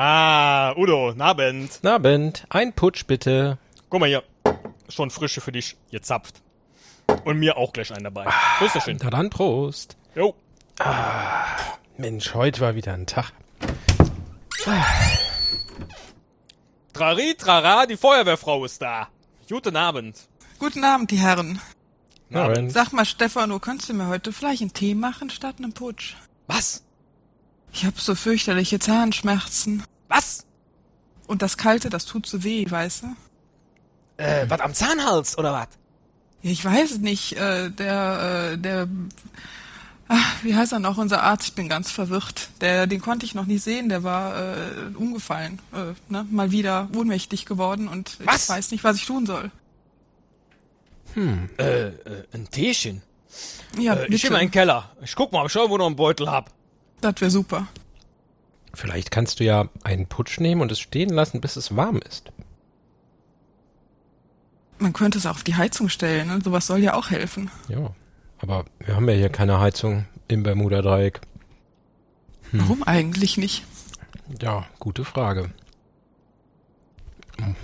Ah, Udo, Abend. Abend. Ein Putsch bitte. Guck mal hier. Schon frische für dich gezapft. Und mir auch gleich einen dabei. Prösterchen. Na dann Prost. Jo. Mensch, heute war wieder ein Tag. Trari, trara, die Feuerwehrfrau ist da. Guten Abend. Guten Abend, die Herren. Abend. Sag mal, Stefano, könntest du mir heute vielleicht einen Tee machen statt einem Putsch? Was? Ich hab so fürchterliche Zahnschmerzen. Was? Und das Kalte, das tut so weh, weißt du? Äh, was am Zahnhals oder was? Ja, ich weiß es nicht, äh, der, äh, der, ach, wie heißt er noch, unser Arzt, ich bin ganz verwirrt. Der, den konnte ich noch nicht sehen, der war äh, umgefallen, äh, ne? mal wieder ohnmächtig geworden und Was? ich weiß nicht, was ich tun soll. Äh, äh ein Teechen. Ja, Äh, ich geh mal in den bitte, Keller. Ich guck mal, ob ich irgendwo noch einen Beutel hab. das wäre super. Vielleicht kannst du ja einen Putsch nehmen und es stehen lassen, bis es warm ist. Man könnte es auch auf die Heizung stellen, ne? sowas soll ja auch helfen. Ja. Aber wir haben ja hier keine Heizung im Bermuda-Dreieck. Hm. Warum eigentlich nicht? Ja, gute Frage. Hm.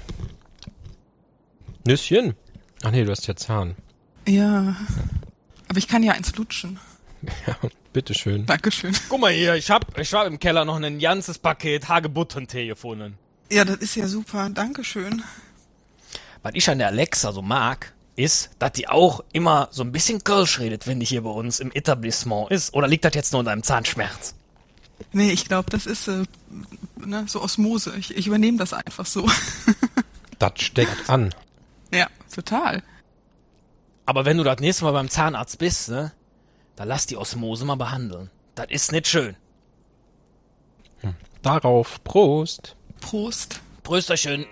Nüsschen? Ach nee, du hast ja Zahn. Ja, aber ich kann ja eins lutschen. Ja, bitteschön. Dankeschön. Guck mal hier, ich hab, ich hab im Keller noch ein ganzes Paket Hagebuttentee gefunden. Ja, das ist ja super, Dankeschön. Was ich an der Alexa so mag, ist, dass die auch immer so ein bisschen Kölsch redet, wenn die hier bei uns im Etablissement ist. Oder liegt das jetzt nur an deinem Zahnschmerz? Nee, ich glaube, das ist äh, ne, so Osmose. Ich, ich übernehme das einfach so. Das steckt an. ja, total. Aber wenn du das nächste Mal beim Zahnarzt bist, ne, dann lass die Osmose mal behandeln. Das ist nicht schön. Darauf Prost. Prost. Prösterchen.